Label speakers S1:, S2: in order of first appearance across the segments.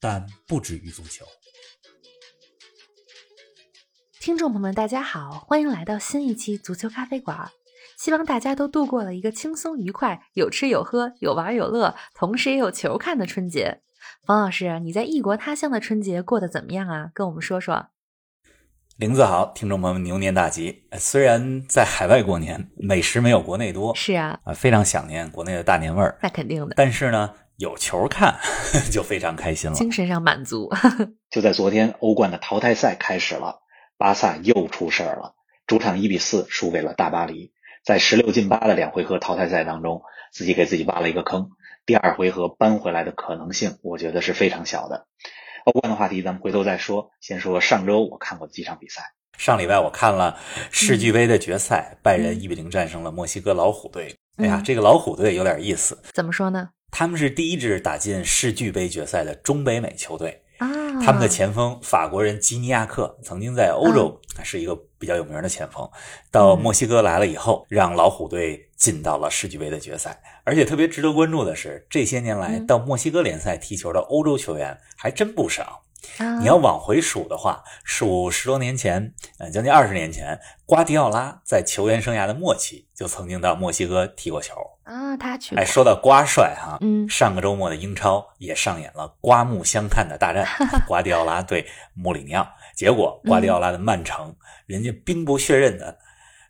S1: 但不止于足球。
S2: 听众朋友们，大家好，欢迎来到新一期足球咖啡馆。希望大家都度过了一个轻松愉快、有吃有喝、有玩有乐，同时也有球看的春节。冯老师，你在异国他乡的春节过得怎么样啊？跟我们说说。
S3: 林子豪，听众朋友们，牛年大吉！呃虽然在海外过年，美食没有国内多，
S2: 是啊，
S3: 啊，非常想念国内的大年味儿，
S2: 那肯定的，
S3: 但是呢，有球看 就非常开心了。
S2: 精神上满 足。
S4: 就在昨天，欧冠的淘汰赛开始了，巴萨又出事儿了，主场一比四输给了大巴黎。在十六进八的两回合淘汰赛当中，自己给自己挖了一个坑。第二回合扳回来的可能性，我觉得是非常小的。欧冠的话题咱们回头再说，先说上周我看过的几场比赛。
S3: 上礼拜我看了世
S2: 嗯
S3: 俱杯的决赛，拜仁一比零战胜了墨西哥老虎队。哎呀
S2: 嗯，
S3: 这个老虎队有点意思，
S2: 怎么说呢？
S3: 他们是第一支打进世俱杯决赛的中北美球队。
S2: 啊，
S3: 他们的前锋法国人基尼亚克曾经在欧
S2: 嗯
S3: 洲是一个比较有名的前锋，到墨西哥来了以后，让老虎队进到了世俱杯的决赛。而且特别值得关注的是，这些年来
S2: 嗯
S3: 到墨西哥联赛踢球的欧洲球员还真不少。
S2: 啊，
S3: 你要往回数的话，数十多年前，呃，将近二十年前，瓜迪奥拉在球员生涯的末期就曾经到墨西哥踢过球。
S2: 啊，他去过，
S3: 哎，说到瓜帅哈、
S2: 嗯
S3: 上个周末的英超也上演了刮目相看的 大战，瓜迪奥拉对穆里尼奥，结果瓜迪奥拉的曼城、
S2: 嗯
S3: 人家兵不血刃的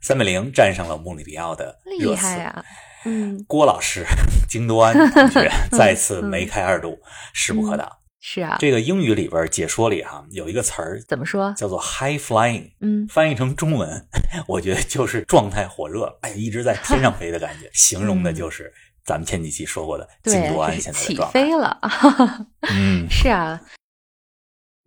S3: 三比零战胜了穆里尼奥的
S2: 厉
S3: 热刺。
S2: 害啊，嗯，
S3: 郭老师，京多安 同学再次梅开二度，势不可挡。
S2: 是啊，
S3: 这个英语里边解说里哈、有一个词儿
S2: 怎么说？
S3: 叫做 high flying，
S2: 嗯，
S3: 翻译成中文，我觉得就是状态火热，哎，一直在天上飞的感觉， 形容的就是咱们前几期说过的
S2: 嗯对
S3: 金多
S2: 啊，
S3: 安
S2: 这
S3: 现
S2: 是
S3: 在的
S2: 起
S3: 状态。
S2: 飞了。
S3: 嗯，
S2: 是啊，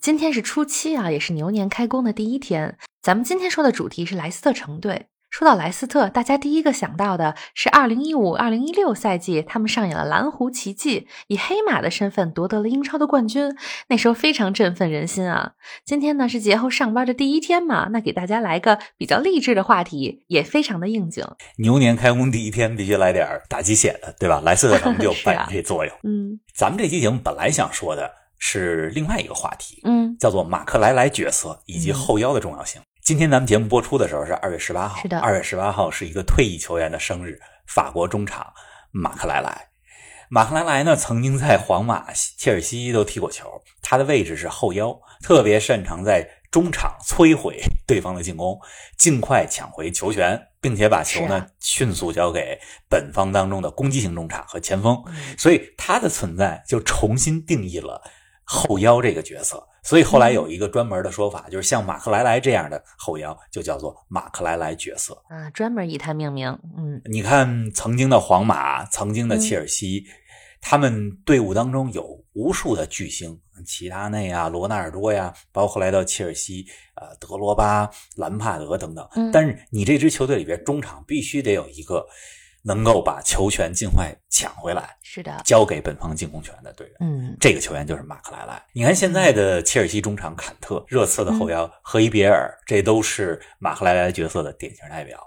S2: 今天是初七啊，也是牛年开工的第一天。咱们今天说的主题是莱斯特城队。说到莱斯特，大家第一个想到的是2015-2016赛季，他们上演了蓝狐奇迹，以黑马的身份夺得了英超的冠军，那时候非常振奋人心啊。今天呢是节后上班的第一天嘛，那给大家来个比较励志的话题，也非常的应景。
S3: 牛年开工第一天必须来点打鸡血的，对吧？莱斯特城 就是扮
S2: 啊
S3: 演这作用。
S2: 嗯
S3: 咱们这期节目本来想说的是另外一个话题，
S2: 嗯，
S3: 叫做马克莱莱角色以及后腰的重要性。今天咱们节目播出的时候是二月十八号，
S2: 是的
S3: 二月十八号是一个退役球员的生日，法国中场马克莱莱。马克莱莱呢，曾经在皇马、切尔西都踢过球，他的位置是后腰，特别擅长在中场摧毁对方的进攻，尽快抢回球权，并且把球呢、
S2: 是啊
S3: 迅速交给本方当中的攻击型中场和前锋。
S2: 嗯
S3: 所以他的存在就重新定义了后腰这个角色。所以后来有一个专门的说法，就是像马克莱莱这样的后腰就叫做马克莱莱角色。
S2: 啊，专门以他命名。嗯
S3: 你看，曾经的皇马，曾经的
S2: 嗯
S3: 切尔西，他们队伍当中有无数的巨星，齐达内啊、罗纳尔多呀、包括来到切尔西，呃，德罗巴、兰帕德等等。
S2: 嗯
S3: 但是你这支球队里边，中场必须得有一个能够把球权尽快抢回来，
S2: 是的，
S3: 交给本方进攻权的队员。
S2: 嗯
S3: 这个球员就是马克莱莱。你看现在的切尔西中场坎特、热刺的后
S2: 嗯
S3: 腰赫伊别尔，这都是马克莱莱角色的典型代表。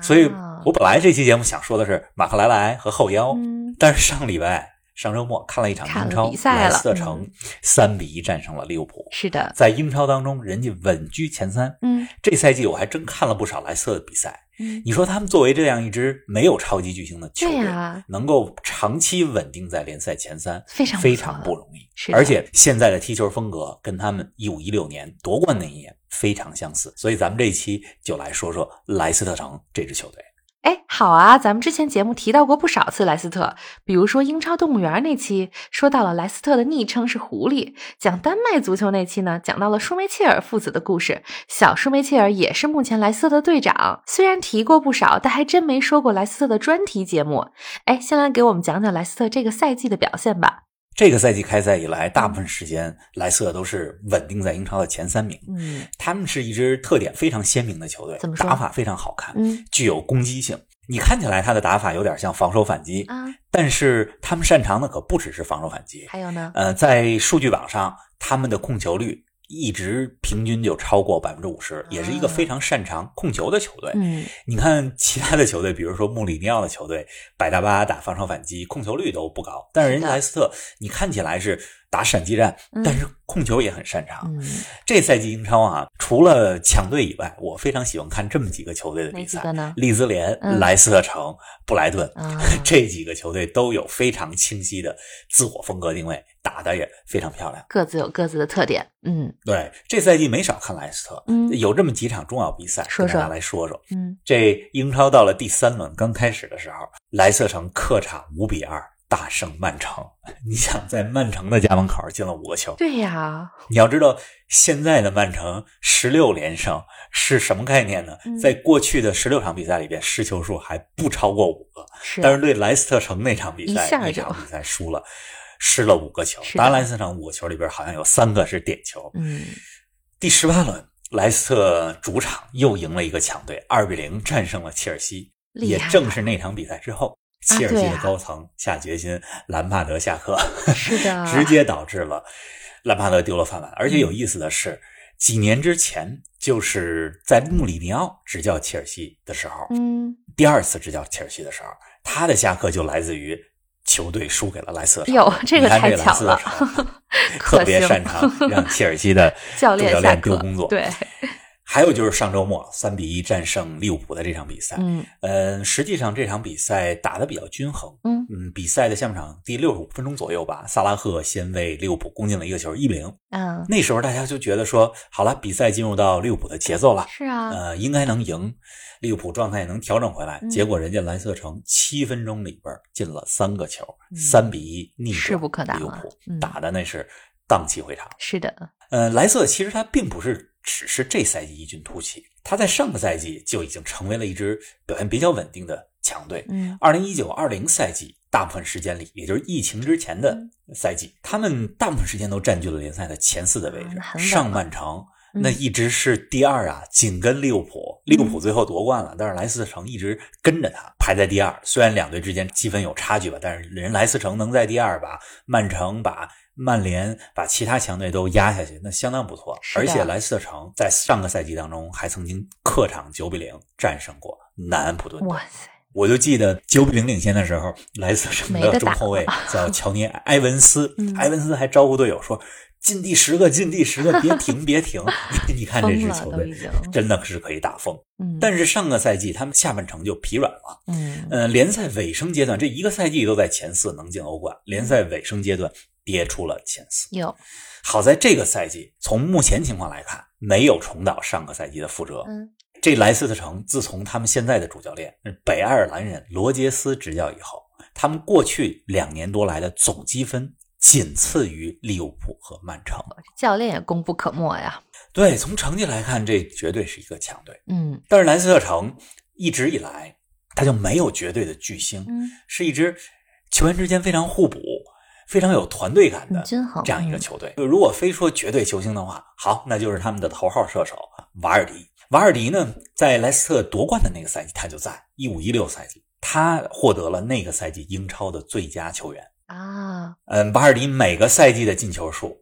S3: 所以
S2: 啊
S3: 我本来这期节目想说的是马克莱莱和后腰，
S2: 嗯
S3: 但是上礼拜上周末看了一场
S2: 看了
S3: 英超，
S2: 比赛了嗯
S3: 莱斯特城三比一战胜了利物浦。
S2: 是的，
S3: 在英超当中，人家稳居前三。
S2: 嗯
S3: 这赛季我还真看了不少莱斯特的比赛。
S2: 嗯，
S3: 你说他们作为这样一支没有超级巨星的球
S2: 对
S3: 队，
S2: 呀
S3: 能够长期稳定在联赛前三，
S2: 非常不
S3: 非
S2: 错
S3: 常不容易。
S2: 是的
S3: 而且现在的踢球风格跟他们一五一六年夺冠那一年非常相似，所以咱们这一期就来说说莱斯特城这支球队。
S2: 哎，好啊，咱们之前节目提到过不少次莱斯特，比如说英超动物园那期说到了莱斯特的昵称是狐狸，讲丹麦足球那期呢，讲到了舒梅切尔父子的故事。小舒梅切尔也是目前莱斯特的队长，虽然提过不少，但还真没说过莱斯特的专题节目。哎，先来给我们讲讲莱斯特这个赛季的表现吧。
S3: 这个赛季开赛以来，大部分时间莱斯特都是稳定在英超的前三名。
S2: 嗯
S3: 他们是一支特点非常鲜明的球队
S2: 怎么，说
S3: 打法非常好看，
S2: 嗯
S3: 具有攻击性。你看起来他的打法有点像防守反击，
S2: 啊，
S3: 但是他们擅长的可不只是防守反击。
S2: 还有呢？
S3: 呃，在数据榜上，他们的控球率一直平均就超过百分之五十，也是一个非常擅长控球的球队。
S2: 啊嗯
S3: 你看其他的球队，比如说穆里尼奥的球队，百大巴打防守反击，控球率都不高，但是人
S2: 是
S3: 家
S2: 的
S3: 莱斯特，你看起来是打闪击战，
S2: 嗯
S3: 但是控球也很擅长。
S2: 嗯，
S3: 这赛季英超啊，除了强队以外，我非常喜欢看这么几个球队的
S2: 哪
S3: 比
S2: 几
S3: 赛
S2: 个：呢？
S3: 利兹联、
S2: 嗯
S3: 莱斯特城、布莱顿。
S2: 啊，
S3: 这几个球队都有非常清晰的自我风格定位，打得也非常漂亮。
S2: 各自有各自的特点。嗯
S3: 对，这赛季没少看莱斯特，
S2: 嗯
S3: 有这么几场重要比赛，
S2: 说
S3: 跟大家
S2: 说
S3: 来说说。
S2: 嗯，
S3: 这英超到了第三轮刚开始的时候，莱斯特城客场五比二大胜曼城。 你想，在曼城的家门口进了五个球，
S2: 对呀，
S3: 你要知道，现在的曼城十六连胜是什么概念呢
S2: 嗯？
S3: 在过去的十六场比赛里边，失球数还不超过五个，
S2: 是
S3: 但是对莱斯特城那场比赛，
S2: 啊一下就
S3: 那场比赛输了，失了五个球。
S2: 是的
S3: 当然，莱斯特城五个球里边好像有三个是点球。
S2: 嗯
S3: 第十八轮，莱斯特主场又赢了一个强队，二比零战胜了切尔西。
S2: 厉
S3: 也
S2: 害
S3: 正是那场比赛之后，切尔西
S2: 对
S3: 的
S2: 啊
S3: 高层下决心，兰帕德下课。
S2: 啊是 的
S3: 直接导致了兰帕德丢了饭碗。而且有意思的是，几年之前就是在穆里尼奥执教切尔西的时候，
S2: 嗯，
S3: 第二次执教切尔西的时候，他的下课就来自于球队输给了莱斯特城。
S2: 哟哎这个
S3: 你看
S2: 太
S3: 这
S2: 巧了
S3: 莱斯特城
S2: 克
S3: 特别
S2: 星
S3: 擅长让切尔西的
S2: 教
S3: 主
S2: 练
S3: 教
S2: 下
S3: 练
S2: 课
S3: 丢工作。
S2: 对，
S3: 还有就是上周末三比一战胜利物浦的这场比赛，
S2: 嗯
S3: 嗯，实际上这场比赛打得比较均衡。
S2: 嗯
S3: 嗯，比赛的下半场第六十五分钟左右吧，萨拉赫先为利物浦攻进了一个球，一比零。
S2: 嗯，
S3: 那时候大家就觉得说，好了，比赛进入到利物浦的节奏了，
S2: 是啊，
S3: 呃，应该能赢，利物浦状态也能调整回来。
S2: 嗯
S3: 结果人家莱斯特城七分钟里边进了三个球，
S2: 嗯
S3: 三比一逆转
S2: 势不可挡
S3: 利物
S2: 了
S3: 浦，
S2: 嗯
S3: 打的那是荡气回肠。
S2: 是的，
S3: 呃，莱斯特其实他并不是只是这赛季异军突起，他在上个赛季就已经成为了一支表现比较稳定的强队。
S2: 嗯
S3: 二零一九二零赛季大部分时间里，也就是疫情之前的
S2: 嗯
S3: 赛季，他们大部分时间都占据了联赛的前四的位
S2: 啊那
S3: 置
S2: 很。稳了
S3: 上半程
S2: 嗯
S3: 那一直是第二啊，紧跟利物浦。利物浦最后夺
S2: 嗯
S3: 冠了，但是莱斯特城一直跟着他排在第二。虽然两队之间积分有差距吧，但是人莱斯特城能在第二把曼城、把曼联、把其他强队都压下去，那相当不错。
S2: 是的
S3: 而且莱斯特城在上个赛季当中还曾经客场九比零战胜过南安普顿。
S2: 哇塞，
S3: 我就记得九比零领先的时候，莱斯特城
S2: 没
S3: 的
S2: 得
S3: 中
S2: 打
S3: 后卫叫乔尼埃文斯
S2: 嗯，
S3: 埃文斯还招呼队友说：“进第十个，进第十个，别停，别停！” 你看这
S2: 疯
S3: 支
S2: 了
S3: 球
S2: 都已
S3: 队
S2: 经，
S3: 真的是可以打疯。
S2: 嗯，
S3: 但是上个赛季他们下半程就疲软了，
S2: 嗯
S3: 呃，联赛尾声阶段这一个赛季都在前四能进欧冠，联赛尾声阶段跌出了前四。
S2: 有
S3: 好在这个赛季从目前情况来看，没有重蹈上个赛季的覆辙。
S2: 嗯
S3: 这莱斯特城自从他们现在的主教练北爱尔兰人罗杰斯执教以后，他们过去两年多来的总积分仅次于利物浦和曼城。
S2: 教练也功不可没呀，
S3: 对，从成绩来看，这绝对是一个强队。
S2: 嗯
S3: 但是莱斯特城一直以来，他就没有绝对的巨星，
S2: 嗯，
S3: 是一支球员之间非常互补、非常有团队感的
S2: 很均衡
S3: 这样一个
S2: 嗯
S3: 球队。如果非说绝对球星的话，好，那就是他们的头号射手瓦尔迪。瓦尔迪呢，在莱斯特夺冠的那个赛季，他就在一五一六赛季，他获得了那个赛季英超的最佳球员。
S2: 啊，
S3: 嗯，瓦尔迪每个赛季的进球数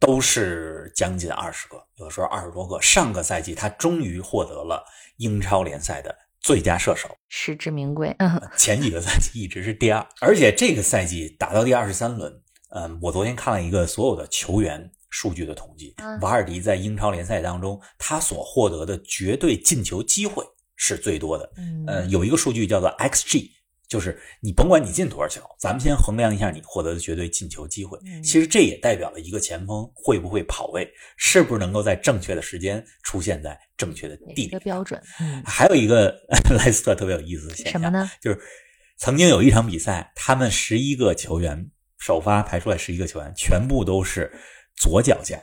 S3: 都是将近二十个，有的时候二十多个。上个赛季他终于获得了英超联赛的最佳射手，
S2: 实至名归，嗯
S3: 前几个赛季一直是第二，而且这个赛季打到第二十三轮，嗯，我昨天看了一个所有的球员数据的统计
S2: 嗯，
S3: 瓦尔迪在英超联赛当中，他所获得的绝对进球机会是最多的。呃，
S2: 嗯
S3: 有一个数据叫做 XG，就是你甭管你进多少球，咱们先衡量一下你获得的绝对进球机会
S2: 嗯。
S3: 其实这也代表了一个前锋会不会跑位，是不是能够在正确的时间出现在正确的
S2: 也是
S3: 地
S2: 一个
S3: 点。
S2: 标准，嗯，
S3: 还有一个 莱斯特特别有意思的现象，
S2: 什么呢？
S3: 就是曾经有一场比赛，他们十一个球员首发排出来十一个球员，全部都是左脚线。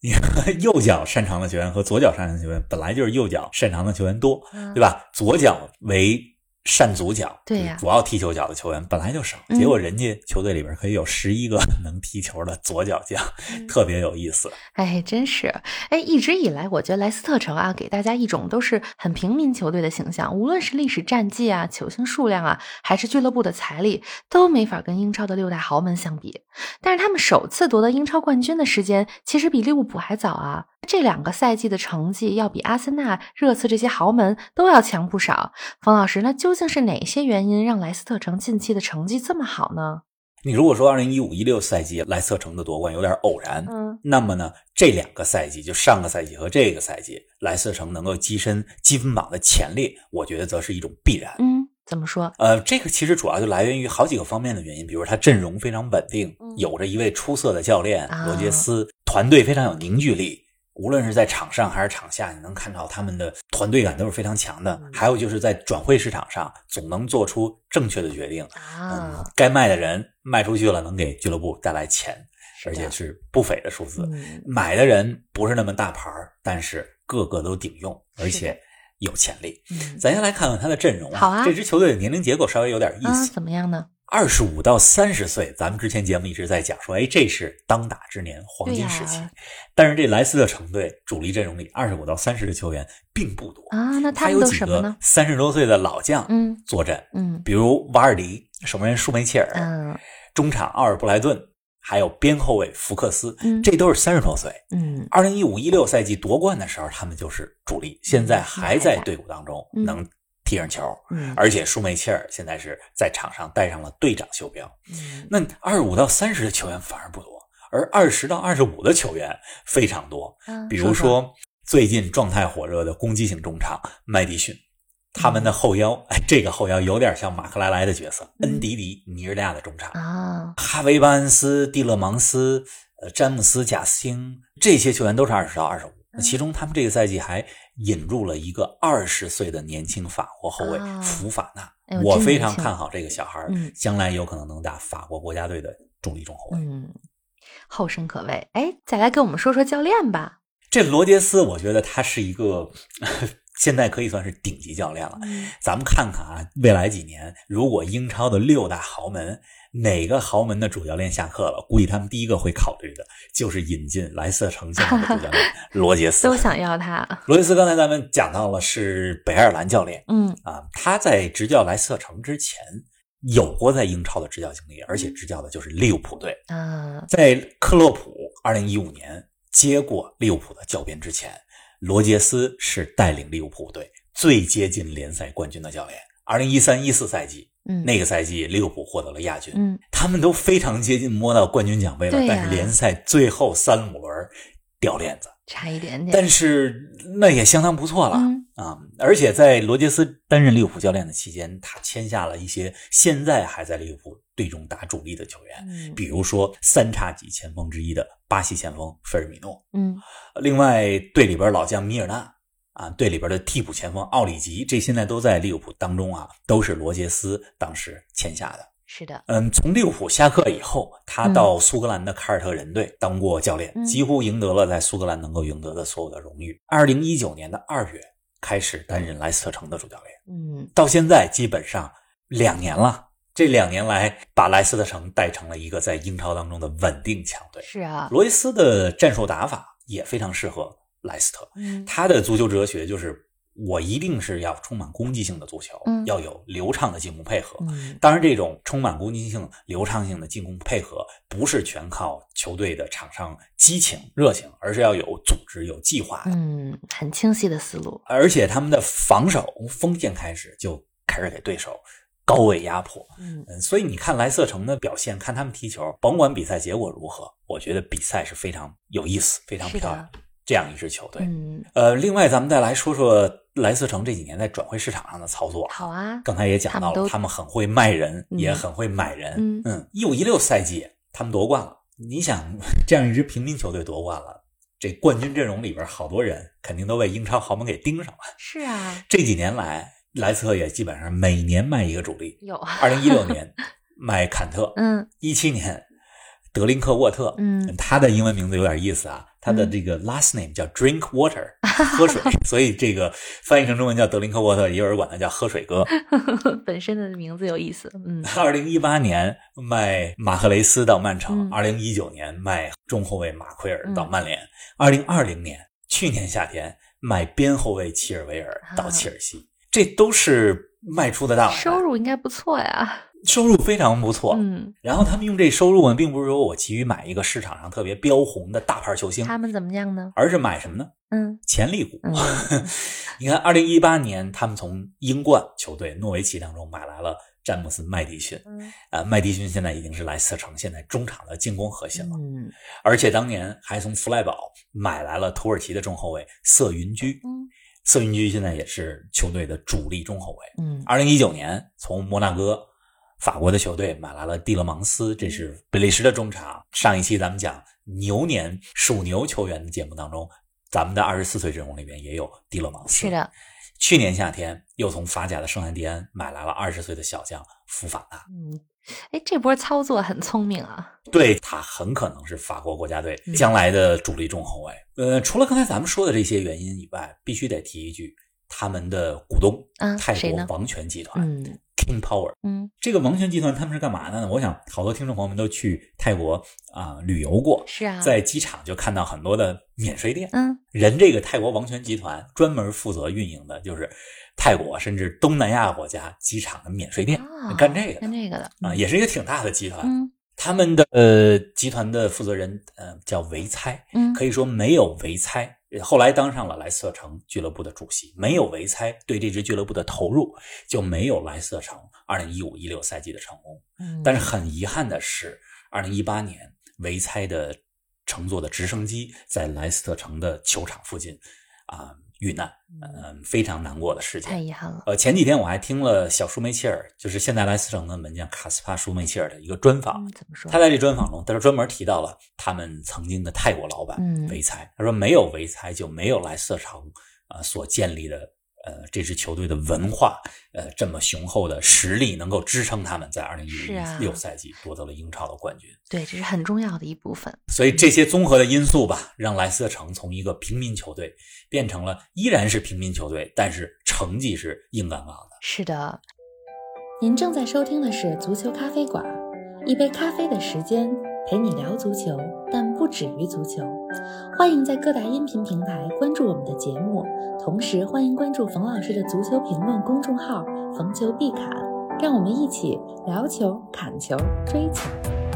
S3: 你看，右脚擅长
S2: 嗯
S3: 的球员和左脚擅长的球员本来就是右脚擅长的球员多，
S2: 对
S3: 对？吧？左脚为扇足脚，
S2: 对呀
S3: 就是主要踢球脚的球员本来就少，
S2: 嗯
S3: 结果人家球队里边可以有十一个 能踢球的左脚将，
S2: 嗯
S3: 特别有意思。
S2: 哎，真是哎！一直以来，我觉得莱斯特城啊，给大家一种都是很平民球队的形象，无论是历史战绩啊、球星数量啊，还是俱乐部的财力，都没法跟英超的六大豪门相比。但是他们首次夺得英超冠军的时间，其实比利物浦还早啊。这两个赛季的成绩要比阿森纳、热刺这些豪门都要强不少。冯老师，那究竟是哪些原因让莱斯特城近期的成绩这么好呢？
S3: 你如果说二零一五一六赛季莱斯特城的夺冠有点偶然，
S2: 嗯
S3: 那么呢，这两个赛季，就上个赛季和这个赛季，莱斯特城能够跻身积分榜的前列，我觉得则是一种必然。
S2: 嗯，怎么说？
S3: 呃，这个其实主要就来源于好几个方面的原因，比如他阵容非常稳定
S2: 嗯，
S3: 有着一位出色的教练
S2: 啊
S3: 罗杰斯，团队非常有凝聚力。无论是在场上还是场下，你能看到他们的团队感都是非常强的。
S2: 嗯
S3: 还有就是在转会市场上，总能做出正确的决定。嗯
S2: 啊，，
S3: 该卖的人卖出去了，能给俱乐部带来钱，
S2: 是
S3: 而
S2: 的
S3: 且是不菲的数字。
S2: 嗯。
S3: 买的人不是那么大牌儿，但是个个都顶用，
S2: 是
S3: 而
S2: 的
S3: 且有潜力。
S2: 嗯
S3: 咱先来看看他的阵容
S2: 好啊
S3: 这支球队的年龄结构稍微有点意
S2: 啊，
S3: 思，
S2: 怎么样呢？
S3: 二十五到三十岁，咱们之前节目一直在讲说，哎，这是当打之年黄金时期
S2: 对呀。
S3: 但是这莱斯特城队主力阵容里，二十五到三十的球员并不多，
S2: 啊，那他
S3: 他
S2: 们
S3: 有
S2: 都
S3: 几
S2: 什么
S3: 个
S2: 呢？
S3: 三十多岁的老将
S2: 嗯
S3: 坐镇，
S2: 嗯
S3: 比如瓦尔迪、守门员舒梅切尔、
S2: 嗯
S3: 中场奥尔布莱顿，还有边后卫福克斯，
S2: 嗯
S3: 这都是三十多岁。
S2: 嗯，
S3: 二零一五一六赛季夺冠的时候，他们就是主力，现在还在队伍当中
S2: 嗯
S3: 能踢上球，
S2: 嗯
S3: 而且舒梅切尔现在是在场上戴上了队长袖标。
S2: 嗯
S3: 那二五到三十的球员反而不多，而二十到二十五的球员非常多。
S2: 啊
S3: 比如
S2: 说
S3: 说最近状态火热的攻击型中场麦迪逊，他们的后腰，哎，这个后腰有点像马克莱莱的角色，
S2: 嗯
S3: 恩迪迪、尼日利亚的中场
S2: 说。啊，
S3: 哈维·巴恩斯、蒂勒芒斯、呃詹姆斯·贾斯汀这些球员都是二十到二十五。那
S2: 嗯
S3: 其中，他们这个赛季还引入了一个二十岁的年轻法国后卫
S2: 啊
S3: 福法纳，
S2: 哎呦
S3: 我
S2: 真
S3: 非
S2: 年
S3: 常
S2: 轻
S3: 看好这个小孩儿，
S2: 嗯
S3: 将来有可能能打法国国家队的主力中后卫。
S2: 嗯，后生可畏。哎，再来跟我们说说教练吧。
S3: 这罗杰斯，我觉得他是一个 现在可以算是顶级教练了。
S2: 嗯
S3: 咱们看看啊，未来几年如果英超的六大豪门哪个豪门的主教练下课了，估计他们第一个会考虑的就是引进莱斯特城现在的主教练罗杰斯
S2: 都。想要他。
S3: 罗杰斯刚才咱们讲到了是北爱尔兰教练
S2: 嗯
S3: 啊，他在执教莱斯特城之前有过在英超的执教经历，而且执教的就是利物浦队。
S2: 啊，
S3: 在克洛普2015年接过利物浦的教鞭之前，罗杰斯是带领利物浦队最接近联赛冠军的教练。2013-14赛季，
S2: 嗯
S3: 那个赛季利物浦获得了亚军，
S2: 嗯
S3: 他们都非常接近摸到冠军奖杯了，
S2: 对呀
S3: 但是联赛最后三五轮掉链子，
S2: 差一点点。
S3: 但是那也相当不错了。
S2: 嗯
S3: 啊、而且在罗杰斯担任利物浦教练的期间，他签下了一些现在还在利物浦队中打主力的球员，
S2: 嗯
S3: 比如说三叉戟前锋之一的巴西前锋费尔米诺，
S2: 嗯
S3: 另外队里边老将米尔纳啊，队里边的替补前锋奥里吉，这现在都在利物浦当中啊，都是罗杰斯当时签下的。
S2: 是的，
S3: 嗯，从利物浦下课以后，他到苏格兰的凯尔特人队当过教练，
S2: 嗯
S3: 几乎赢得了在苏格兰能够赢得的所有的荣誉。二零一九年的二月开始担任莱斯特城的主教练。
S2: 嗯
S3: 到现在基本上两年了。这两年来，把莱斯特城带成了一个在英超当中的稳定强队。
S2: 是啊，
S3: 罗伊斯的战术打法也非常适合莱斯特，
S2: 嗯
S3: 他的足球哲学就是我一定是要充满攻击性的足球，
S2: 嗯
S3: 要有流畅的进攻配合。
S2: 嗯
S3: 当然，这种充满攻击性、流畅性的进攻配合，不是全靠球队的场上激情、热情，而是要有组织、有计划的。
S2: 嗯，很清晰的思路。
S3: 而且他们的防守锋线开始就开始给对手高位压迫。
S2: 嗯
S3: 嗯，所以你看莱斯特城的表现，看他们踢球，甭管比赛结果如何，我觉得比赛是非常有意思、非常
S2: 是的
S3: 漂亮的这样一支球队。
S2: 嗯，
S3: 呃，另外咱们再来说说莱斯特城这几年在转会市场上的操作。
S2: 好啊。
S3: 刚才也讲
S2: 他们
S3: 到了，
S2: 都
S3: 他们很会卖人，
S2: 嗯
S3: 也很会买人
S2: 嗯。
S3: 嗯，一五一六赛季他们夺冠了，你想这样一支平民球队夺冠了，这冠军阵容里边好多人肯定都被英超豪门给盯上了。
S2: 是啊，
S3: 这几年来，莱斯特也基本上每年卖一个主力。
S2: 有啊。
S3: 二零一六年卖坎特，
S2: 嗯
S3: 一七年德林克沃特，
S2: 嗯
S3: 他的英文名字有点意思啊，他他的这个 last name 叫 Drink Water，喝水，所以这个翻译成中文叫德林克沃特，也有人管他叫喝水哥。
S2: 本身的名字有意思， 嗯，
S3: 二零一八年卖马赫雷斯到曼城
S2: 嗯，
S3: 二零一九年卖中后卫马奎尔到曼联，二零二零年去年夏天卖边后卫齐尔维
S2: 啊
S3: 尔到切尔西，这都是卖出的大买卖，
S2: 收入应该不错呀，
S3: 收入非常不错。
S2: 嗯，
S3: 然后他们用这收入呢，并不是说我急于买一个市场上特别标红的大牌球星，
S2: 他们怎么样呢？
S3: 而是买什么呢？
S2: 嗯
S3: 潜力股。
S2: 嗯
S3: 你看，二零一八年他们从英冠球队诺维奇当中买来了詹姆斯麦迪逊，
S2: 嗯
S3: 呃，麦迪逊现在已经是莱斯特城现在中场的进攻核心了，
S2: 嗯
S3: 而且当年还从弗赖堡买来了土耳其的中后卫瑟云居，
S2: 嗯
S3: 瑟云居现在也是球队的主力中后卫。
S2: 嗯
S3: 二零一九年从摩纳哥法国的球队买来了蒂勒芒斯，这是比利时的中场。上一期咱们讲牛年属牛球员的节目当中，咱们的二十四岁阵容里面也有蒂勒芒斯。
S2: 是的，
S3: 去年夏天又从法甲的圣安迪安买来了二十岁的小将福法纳，
S2: 嗯，哎，这波操作很聪明啊，
S3: 对他很可能是法国国家队
S2: 嗯
S3: 将来的主力中后卫。呃，除了刚才咱们说的这些原因以外，必须得提一句，他们的股东、
S2: 啊
S3: 泰
S2: 谁
S3: 国
S2: 呢
S3: 王权集团、
S2: 嗯
S3: King Power。
S2: 嗯
S3: 这个王权集团他们是干嘛的呢？我想好多听众朋友们都去泰国啊、旅游过，
S2: 是啊，
S3: 在机场就看到很多的免税店。
S2: 嗯
S3: 人这个泰国王权集团专门负责运营的就是泰国甚至东南亚国家机场的免税店，
S2: 啊
S3: 哎干这个的
S2: 干这个的
S3: 啊、也是一个挺大的集团。
S2: 嗯
S3: 他们的呃集团的负责人呃叫维猜，
S2: 嗯
S3: 可以说没有维猜，后来当上了莱斯特城俱乐部的主席，没有维猜对这支俱乐部的投入，就没有莱斯特城二零一五一六赛季的成功。
S2: 嗯
S3: 但是很遗憾的是，二零一八年维猜的乘坐的直升机在莱斯特城的球场附近啊、遇难，嗯、非常难过的事
S2: 太
S3: 件。
S2: 遗憾了，
S3: 呃，前几天我还听了小舒梅切尔，就是现在莱斯特城的门将卡斯帕舒梅切尔的一个专访，
S2: 嗯，怎么说
S3: 啊他？在这专访中，他是专门提到了他们曾经的泰国老板
S2: 嗯
S3: 维才，他说没有维才就没有莱斯特城呃所建立的呃这支球队的文化呃这么雄厚的实力，能够支撑他们在二零一
S2: 是啊
S3: 六赛季夺得了英超的冠军。
S2: 对，这是很重要的一部分，
S3: 所以这些综合的因素吧，让莱斯特城从一个平民球队变成了依然是平民球队，但是成绩是硬杠杠的。
S2: 是的，
S5: 您正在收听的是《足球咖啡馆》，一杯咖啡的时间陪你聊足球，但不止于足球。欢迎在各大音频平台关注我们的节目，同时欢迎关注冯老师的足球评论公众号“冯球必侃”，让我们一起聊球、侃球、追球。